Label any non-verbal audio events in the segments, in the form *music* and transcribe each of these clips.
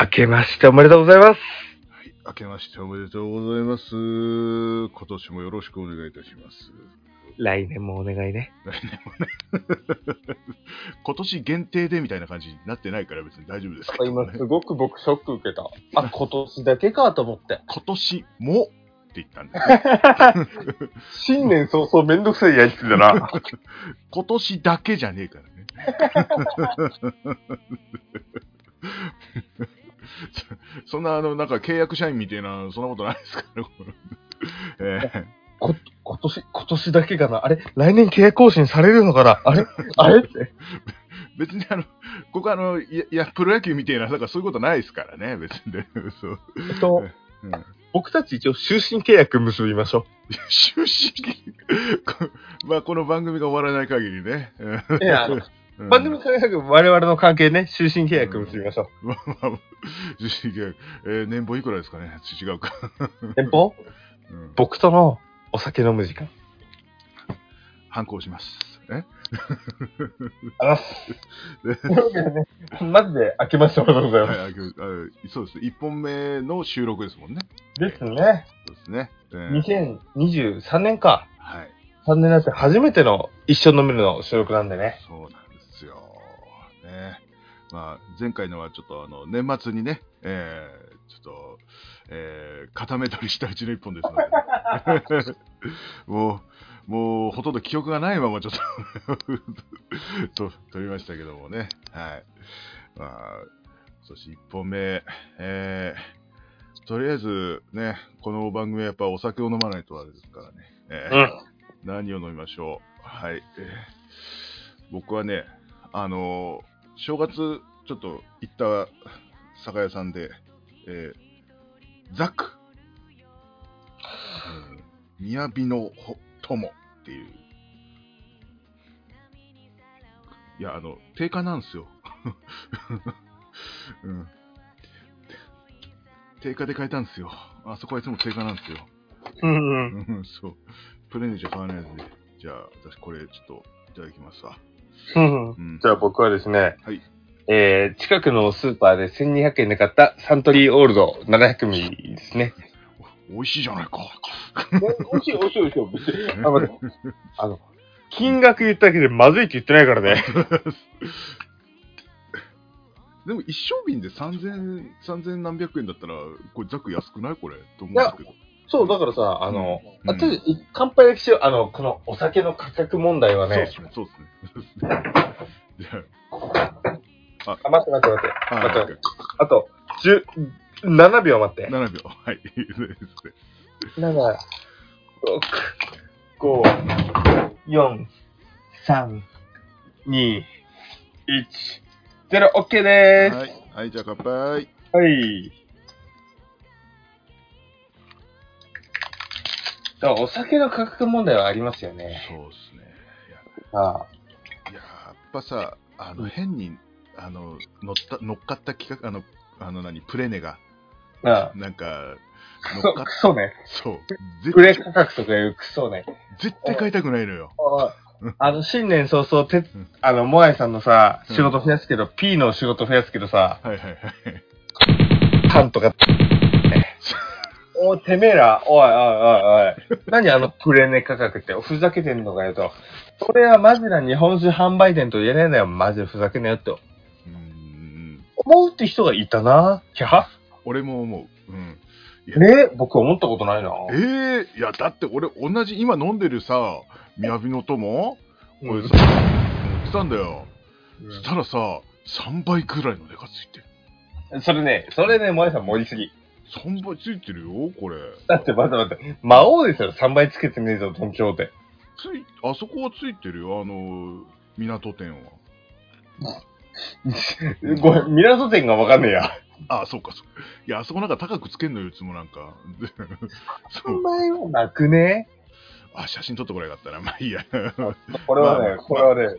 明けましておめでとうございます。はい、明けましておめでとうございます。今年もよろしくお願いいたします。 *laughs* 来年もお願いね。今年限定でみたいな感じになってないから別に大丈夫ですけど、今ねす。ごく僕ショック受けた。あ、今年だけかと思って。今年もって言ったんだよね。新年早々めんどくさいやつだな。今年だけじゃねえからね。 *laughs* そそんな、あの、なんか契約社員みたいな、そんなことないですから、これ *laughs* ええ *laughs* 今年、今年だけかな。あれ来年契約更新されるのかなあれあれって。別にあの、ここはあの、いや、いやプロ野球みたいな、なんかそういうことないですからね、別に、ね。 *laughs* そう。えっとうん僕たち一応終身契約結びましょ終始こまあ、この番組が終わらない限りね。う。いや、あのうん番組とにかく我々の関係ね、終身契約結びましょまあまあ終始契約えー年俸いくらですかね違うか。う。年俸うん僕とのお酒飲む時間。反抗します。えあらす。というわけでね、マジで開けましておめでとうございはまいあ今日あそうです。1本目の収録ですもんね。す。ですね。そうですね。えー2023年か。はい。 3年になって初めての一緒に飲めるの収録なんでね。そうなんですよ。ね。まあ、前回のはちょっとあの、年末にね、えーちょっと、えー、固め取りしたうちの一本ですの *laughs* で、もう、もうほとんど記憶がないままちょっと *laughs* と、取りましたけどもね。はい。まあ、そして一本目、えーとりあえずね、この番組はやっぱお酒を飲まないとあれですからね。えーうん。何を飲みましょうはい、えー僕はねあのー正月ちょっと行った酒屋さんで、えーザク、えー、雅のほ友っていういやあの定価なんですよ、 *laughs* うん、定価で買えたんですよあそこはいつも定価なんですようんうん。うん、そう。プレネじゃ買わないやつで。じゃあ、私これちょっといただきますわ。うんうんうん。じゃあ僕はですね、はいえー、近くのスーパーで1200円で買ったサントリーオールド700ミリですね。お美味しいじゃないか。おいしいおいしいおいしい。あまあの、金額言っただけでまずいって言ってないからね。でも一升瓶で3000、3000何百円だったら、これザク安くないこれ。と思うんだけど。そう、だからさ、あの、うんあとで乾杯だけしよう。あの、このお酒の価格問題はそうでね、すね。そうですね。 *laughs* じゃあ、待って待って待って。あ、またはい、あと、10、7秒待って。 7秒。はい。 *laughs* そうですね7、6、5、4、3、2、1、0、OK でーはい。はい、じゃあ乾杯。す。はい。だからお酒の価格問題はありますよね。そうですね。いやああいやーやっぱさ、あの、変に、あの、乗った、乗っかった企画、あの、あの何、プレネが、ああなんか、ク乗ソ、っかっクソね。そう。売れ絶価格とかいうクソね。絶対買いたくないのよ。あの、新年早々、てうんあの、モアイさんのさ、うん仕事増やすけど、P の仕事増やすけどさ、はいはいはい。パンとか、おいてめえら、おいおいおいおい。何あのプレネ価格って、ふざけてんのかよと。それはマジな日本酒販売店と言えないんだよ、マジでふざけんなよって。うーん。思うって人がいたなキャハ俺も思う。うん。ね僕思ったことないな。えー、いや、だって俺、同じ、今飲んでるさ、雅の友うん俺さ、来たんだよ。そしたらさ、3倍くらいの値がついてる。うんそれね、それね、モアイさん盛りすぎ。 3倍ついてるよ、これ。だって待って待って、魔王ですよ、3倍つけてねえぞ、どんちょう *laughs* って。つい、あそこはついてるよ、あの、港店は。ごめん、ミラソ店がわかんねえや。あそうか、そうか。いや、あそこなんか高くつけんのよ、いつもなんか。 *laughs* でそう。前はなくねあ、写真撮ってこれなかったな。まあいいや。 *laughs* これまはあねまあ、これはね、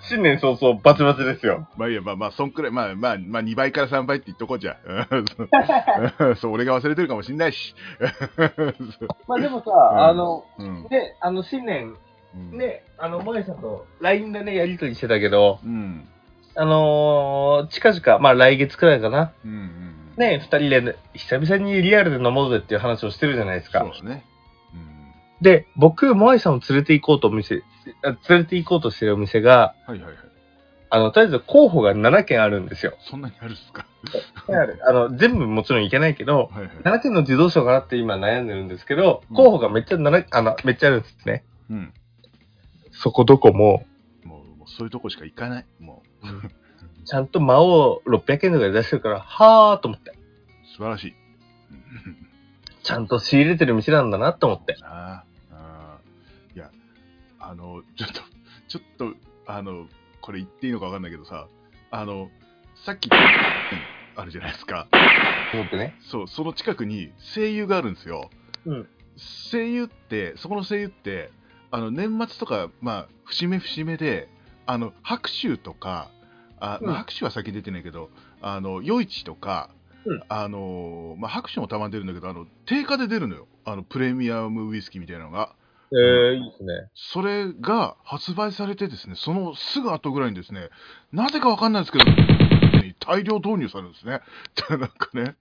新年早々バチバチですよ。まあいいや、まあまあ、そんくらい、まあまあ、まあ2倍から3倍って言っとこうじゃ。うんそう、俺が忘れてるかもしんないし。そうまあでもさ、んあの、うん。ね、あの新年、うん。ね、あの、萌えさんと LINE でね、やりとりしてたけど、うん。あのー近々、まあ来月くらいかな。うんうん。ね、二人で久々にリアルで飲もうぜっていう話をしてるじゃないですか。そうですね。うん。で、僕、モアイさんを連れて行こうとお店、あ連れて行こうとしてるお店が、はいはいはい。あの、とりあえず候補が7件あるんですよ。そんなにあるっすか。あの、全部もちろん行けないけ *laughs* ど、はいはい。 7件の自動車かなって今悩んでるんですけどう、ん候補がめっちゃ7、あの、めっちゃあるんですね。うん。そこどこも、もう、もうそういうとこしか行かない。もう、ちゃんと魔王600円とかで出してるから、はーと思って。素晴らしい。ちゃんと仕入れてる店なんだなと思って。なああーいや、あの、ちょっと、ちょっと、あの、これ言っていいのかわかんないけどさ、あの、さっき、あるじゃないですか。思ってね。そう、その近くに声優があるんですよ。うん声優って、そこの声優って、あの、年末とか、まあ、節目節目で、あの、白秋とか、あまあうん白秋は先出てないけど、あの、夜市とか、うんあの、まあ、白秋もたまに出るんだけど、あの、定価で出るのよ。あの、プレミアムウイスキーみたいなのが。えー、いいですね。それが発売されてですね、そのすぐ後ぐらいにですね、なぜかわかんないですけど、 *laughs* 大量導入されるんですね。 *laughs* なんかね。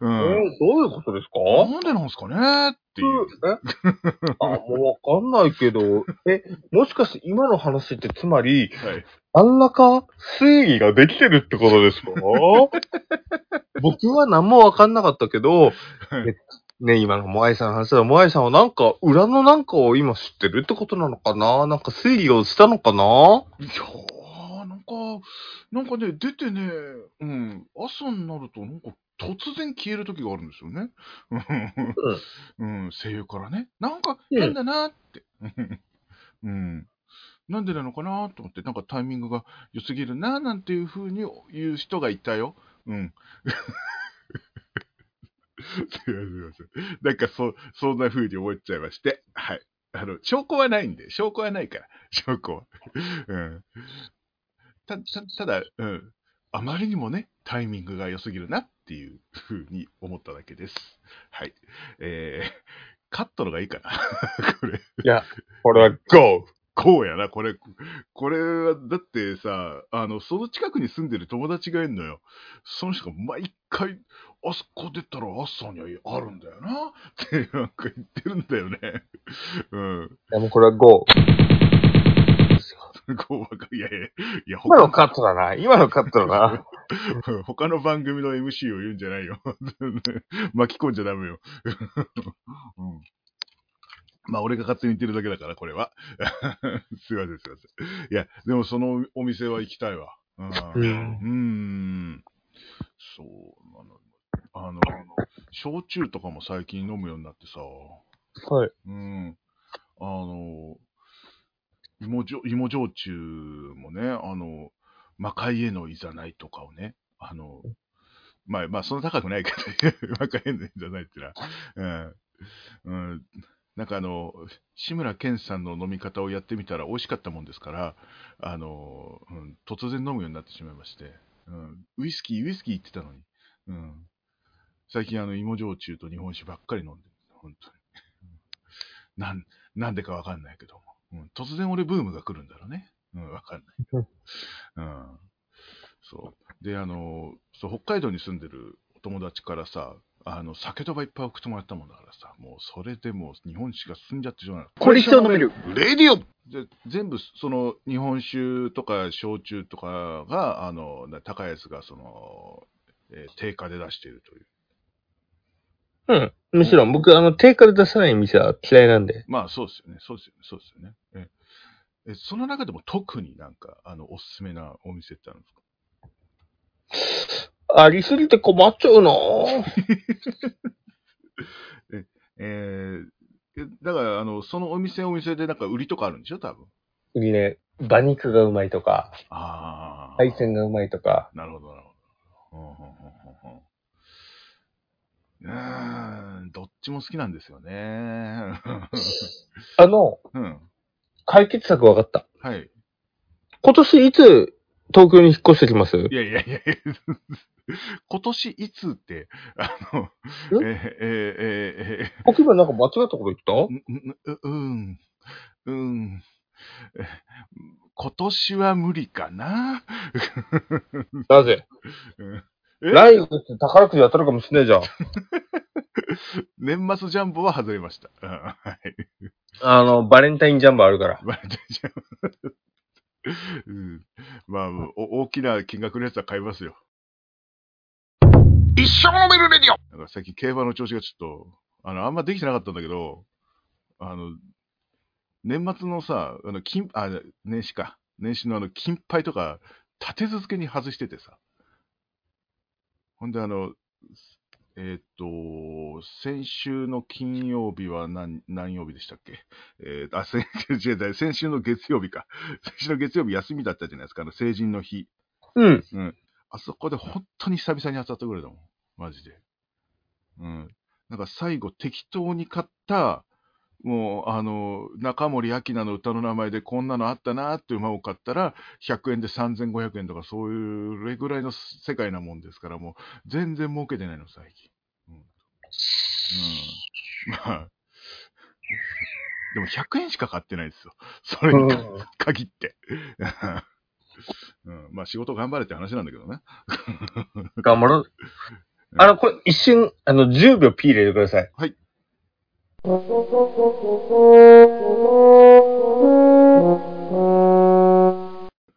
うん。えーどういうことですかなんでなんですかねっていう。えあ、もうわかんないけど、え、もしかして今の話ってつまり、はい。何らか推理ができてるってこ *laughs* とですか僕は何もわかんなかったけど、ね、今のモアイさんの話だと、モアイさんはなんか、裏のなんかを今知ってるってことなのかななんか推理をしたのかないやー、なんか、なんかね、出てね、うん、朝になると、なんか突然消える時があるんですよね。うん、うん、声優からね。なんかうん変だなーって。 *laughs* うん。なんでなのかなーと思って、なんかタイミングが良すぎるなーなんていうふうに言う人がいたよ。うん。 *laughs* すいません、すいません。なんかそ、そんな風に思っちゃいまして。はい。あの、証拠はないんで、証拠はないから、証拠は。 *laughs* うん。た、た、ただ、うん。あまりにもね、タイミングが良すぎるなっていうふうに思っただけです。はい。えー、カットのがいいかな。これ、これは GO! こうやな、これ。これは、だってさ、あの、その近くに住んでる友達がいるのよ。その人が毎回、あそこ出たら朝にはあるんだよな、ってなんか言ってるんだよね。うん。でもこれは GO! こうわかいやいや、いや、今のカットだな。今のカットだな。他の番組の MC を言うんじゃないよ。 *laughs* 巻き込んじゃダメよ。 *laughs* うん、まあ、俺が勝手に言ってるだけだから、これは。 *laughs* すいません、すいません。いや、でもそのお店は行きたいわ。ううん。んうんそうなの。あの、焼酎とかも最近飲むようになってさ。はい。うん。あの、芋じょ芋焼酎もね、あの、魔界へのいざないとかをね、あの、まあまあ、そんな高くないけど、 *laughs* 魔界へのいざないってのは、うん、うん、なんかあの、志村けんさんの飲み方をやってみたら美味しかったもんですから、あの、うん、突然飲むようになってしまいまして、うん、ウイスキー、ウイスキー言ってたのに、うん、最近あの、芋焼酎と日本酒ばっかり飲んでる、本当に。なん、なんでかわかんないけども。うん、突然俺ブームが来るんだろうね。うん、わかんない。うん。そう。で、あの、そう、北海道に住んでるお友達からさ、あの、酒とばいっぱい送ってもらったもんだからさ、もうそれでもう日本酒が進んじゃってしまう。これ一生飲める。レディオで全部その日本酒とか焼酎とかがあのな高いやつがその、えー定価で出しているといううん。むしろ僕、あの、定価で出さない店は嫌いなんで。まあそうですよねそうですよねそうですよねええその中でも特になんかあのおすすめなお店ってあるんですかありすぎて困っちゃうなえーえだからあのそのお店お店でなんか売りとかあるんでしょ多分いいね。馬肉がうまいとか、ああ海鮮がうまいとか。なるほど、なるほど。ほうほうほうほうほううーん、どっちも好きなんですよね。 *laughs* あの、うん。解決策分かった。はい。今年いつ東京に引っ越してきますいやいやいやいや *laughs* 今年いつって、あの、えー、んえ僕今なんか間違ったこと言ったー、えー、えー、んんううん、うん、え今今年は無理かな。なぜえ来月宝くじ当たるかもしれないじゃん。年末ジャンボは外れました。うんはい。 *laughs* あの、バレンタインジャンボあるから。バレンタインジャンボうんまあ、お大きな金額のやつは買いますよ。一生のメルレディオなんか最近競馬の調子がちょっと、あの、あんまできてなかったんだけど、あの、年末のさ、あの、金、あ、年始か。年始のあの、金牌とか、立て続けに外しててさ。ほんであの、えーっと、先週の金曜日は何、何曜日でしたっけえー、あ、先、違う違う先週の月曜日か。 *laughs* 先週の月曜日休みだったじゃないですか、あの、成人の日。うん。あそこで本当に久々に当たったぐらいだもん。マジで。うん。なんか最後適当に買った、もうあの、中森明菜の歌の名前でこんなのあったなーっていう馬を買ったら、100円で3500円とかそういう、れぐらいの世界なもんですから、もう全然儲けてないの、最近。うん。うん、まあ、でも100円しか買ってないですよ。それに限って。 *laughs* うん、まあ仕事頑張れって話なんだけどね。頑張ろう。あの、これ、一瞬、あの、10秒 P 入れてください。はい。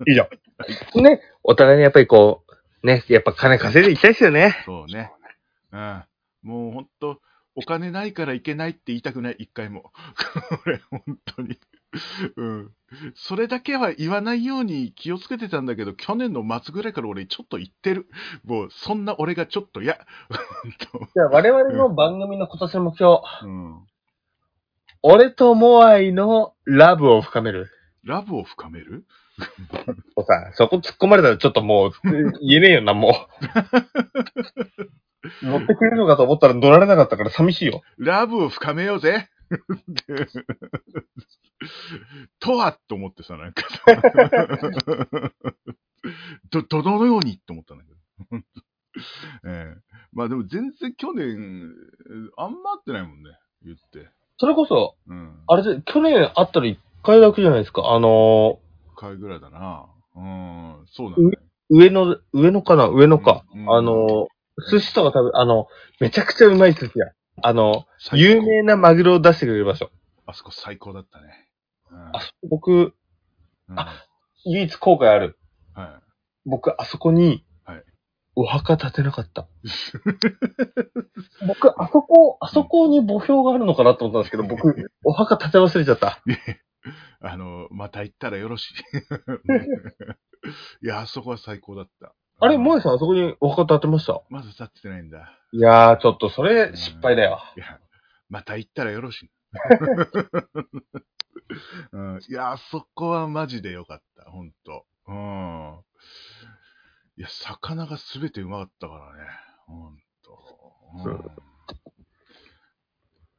以上。ね、お互いにやっぱりこう、ね、やっぱ金稼いでいきたいですよね。そうね。うん。もう本当、お金ないからいけないって言いたくない、一回も。 *laughs* 俺、本当に。うん。それだけは言わないように気をつけてたんだけど、去年の末ぐらいから俺ちょっと言ってる。もう、そんな俺がちょっと嫌。 *laughs* 本じゃあ、我々の番組の今年の目標、当。うん。俺とモアイのラブを深める。ラブを深めるもうさ、そこ突っ込まれたらちょっと *laughs* もう、言えねえよな、も *laughs* う。乗ってくれるのかと思ったら乗られなかったから寂しいよ。ラブを深めようぜ *laughs* とはと思ってさ、なんか *laughs* さど、どのようにと思ったんだけど。 *laughs* ええまあでも全然去年、あんま会ってないもんね、言って。それこそ、うん。あれで、去年あったら一回だけじゃないですか。あの一回ぐらいだな。うん、そうなんだね。ー、上野、上野かな上野か。うんうんあのー、寿司とか食べ、あの、めちゃくちゃうまい寿司や。あの、最高有名なマグロを出してくれる場所。あそこ最高だったね。うんあそこ僕、うんは唯一後悔ある。い。僕、あそこにはい、お墓建てなか *laughs* った。僕、あそこ、あそこに墓標があるのかなと思ったんですけど、僕、お墓建て忘れちゃった。あの、また行ったらよろし *laughs* *laughs* い。いや、あそこは最高だった。あれ、萌えさん、あそこにお墓建てましたまず立ってないんだ。いやー、ちょっとそれ失敗だよ。いや、また行ったらよろしい。 *laughs* うん、いや、あそこはマジでよかった、ほんと。うん。いや、魚がすべてうまかったからね、ほんと。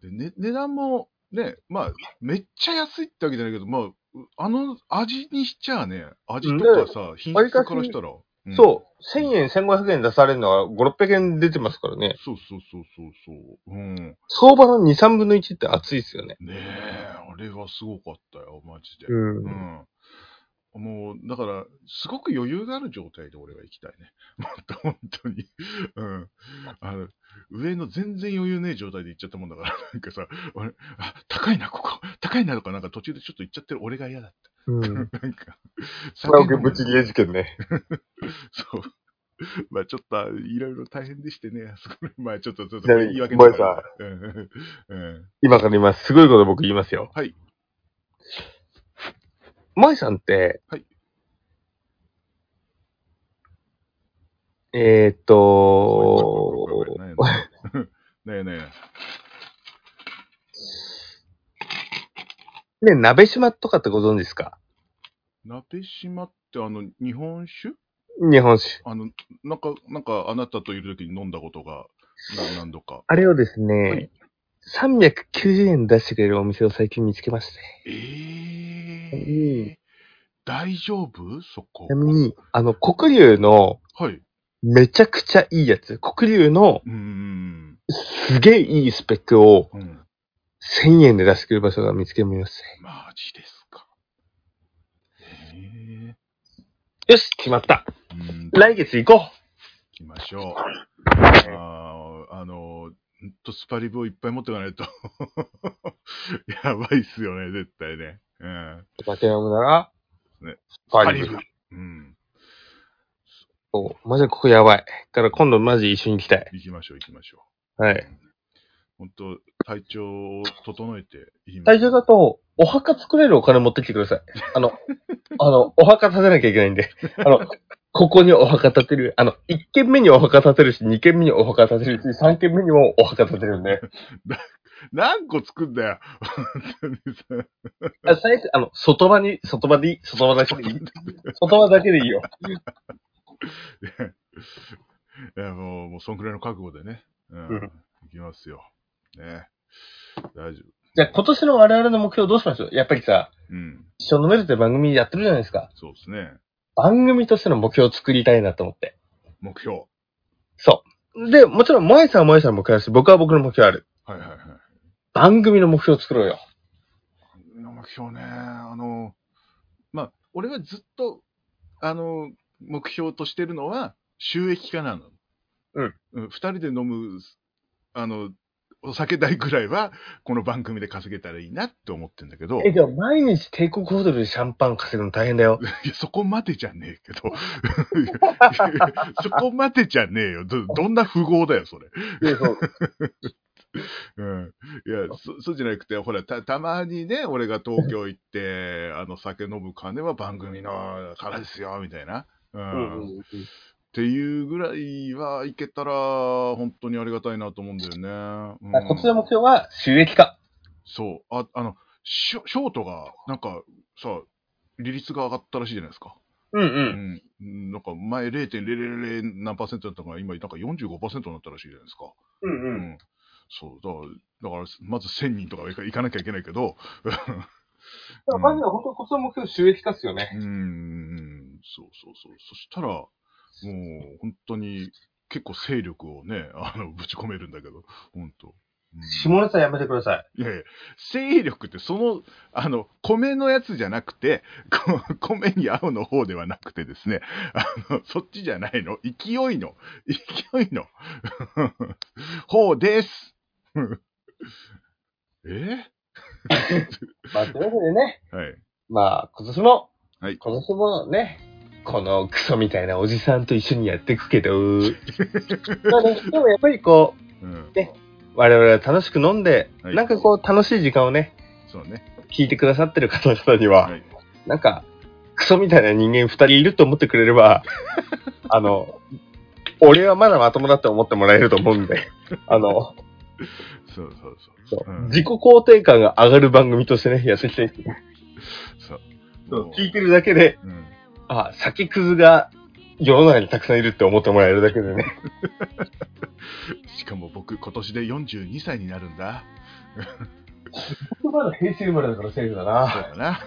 うん、で、ね、値段も、ね、まあ、めっちゃ安いってわけじゃないけど、まあ、うあの味にしちゃあね、味とかさ、品質からしたら。うんそう、1000円、1500円出されるのは5、600円出てますからね。そうそうそうそうそう。うん。相場の2、3分の1って熱いですよね。ねえ、あれはすごかったよ、マジで。うんうん。もう、だから、すごく余裕がある状態で俺は行きたいね。 *laughs* もっと本当に。うん。あの、上の全然余裕ねえ状態で行っちゃったもんだから、 *laughs* なんかさ、俺、あ、高いな、ここ、高いなとか、なんか途中でちょっと行っちゃってる俺が嫌だっうん。た。 *laughs* なんか、カラオケぶち切れ事件ね。そう。まあちょっと、いろいろ大変でしてね、あそこねまあちょっと、ちょっと、ちなみに言い訳だから萌うんうんうん。今から今、すごいこと僕言いますよ。はい。舞さんって、はいえーっと、ねえねえねえねね、鍋島とかってご存知ですかえ。鍋島ってあの、日本酒日本酒。あの、なんか、なんか、あなたといるときに飲んだことが、な何度か。あれをですいね、390円出してくれるお店を最近見つけまして。ええうん大丈夫そこちな。みに、あの、黒龍のはい。めちゃくちゃいいやつ、黒龍のうーん。すげえいいスペックをうん。 1000円で出してくれる場所が見つけまして。マジですか。えね。よし、決まった。うん、行来月行こきましょう。あーあの、ほんとスパリブをいっぱい持っていかないと。 *laughs* やばいっすよね、絶対ね。うん。お酒飲むなら、ねパリパリブ。うん。う。マジでここやばい。から今度マジ一緒に行きたい。行きましょう、行きましょはい。う。本当体調を整えていい体重だと、お墓作れるお金持ってきてください。*laughs* あの、あの、お墓建てなきゃいけないんで。あの、ここにお墓建てる。あの、1軒目にお墓建てるし、2軒目にお墓建てるし、3軒目にもお墓建てるんで。何個作んだよ。本当にさあ最悪、あの、外場に、外場でいい、外場だけで *laughs* いい。外場だけでいいよ。いやもう、もうそんくらいの覚悟でね。うん。うん行きますよ。ね。大丈夫。じゃあ今年の我々の目標どうしましょうやっぱりさ、うん。一緒飲めるって番組やってるじゃないですか。そうですね。番組としての目標を作りたいなと思って。目標。そう。で、もちろん、萌えさんは萌えさんの目標だし、僕は僕の目標ある。はいはいはい。番組の目標を作ろうよ。目標ね。あの、まあ、俺はずっと、あの、目標としてるのは、収益化なの。うん。うん。二人で飲む、あの、お酒代ぐらいは、この番組で稼げたらいいなって思ってんだけど、え、いでも毎日帝国ホテルでシャンパン稼ぐの大変だよ。や、そこまでじゃねえけ *laughs* ど、そこまでじゃねえよ。ど、どんな富豪だよ、それ。うんいや、そそうじゃなくて、ほら、た、たまにね、俺が東京行って、 *laughs* あの、酒飲む金は番組のからですよ、みたいな。うん。っていうぐらいはいけたら、本当にありがたいなと思うんだよね。うん、こっちの目標は収益化。そう。あ、あの、ショショートが、なんか、さ、利率が上がったらしいじゃないですか。うんう。うんん。なんか、前0.000何パーセントだったのが、今、なんか45%になったらしいじゃないですか。うんう。ん、そうだから、だからまず1000人とかはいか行かなきゃいけないけど、だからマジで本当にこっちの目標収益化っすよね。うーん、そうそうそう、そしたら、もう本当に結構勢力をね、あのぶち込めるんだけど、本当。うん下ネタやめてください。いやいや、勢力ってその、あの、米のやつじゃなくて、こ米に合うの方ではなくてですね、あの、そっちじゃないの、勢いの、勢いの、 *laughs* 方です。 *laughs* えまあ、というわけでね、はい。まあ、今年も、はい今年もね、このクソみたいなおじさんと一緒にやっていく *laughs* けど、まあね、でもやっぱりこう、うん。我々は楽しく飲んで、はいなんかこう楽しい時間をね、そうね。聞いてくださってる方々には、はい。なんか、クソみたいな人間二人いると思ってくれれ *laughs* ば、あの、俺はまだまともだって思ってもらえると思うんで、あの、そうそうそ。そうううん自己肯定感が上がる番組としてね、やっていきたい。そう。もう聞いてるだけで、うん。あ、酒くずが世の中にたくさんいるって思ってもらえるだけでね。しかも僕、今年で42歳になるんだ。僕まだ平成生まれだからセーフだな。そうだな。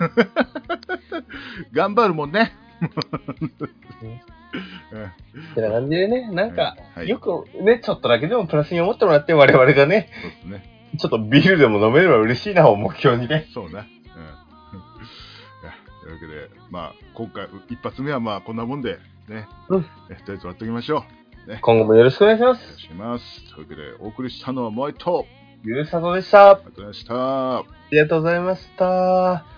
*laughs* 頑張るもんね。 *laughs* ってな感じでね、なんか、はいよくね、ちょっとだけでもプラスに思ってもらって、我々がね、そうですね。ちょっとビールでも飲めれば嬉しいなを目標にね。そうな。うん。 *laughs* いやというわけで、まあ、今回、一発目はまあ、こんなもんで、ね。うんえとりあえず終わっておきましょう。今後もよろしくお願いしまおす。願いします。というわけで、お送りしたのはもう一頭。ゆうさとでした。あありがとうございました。りがとうございました。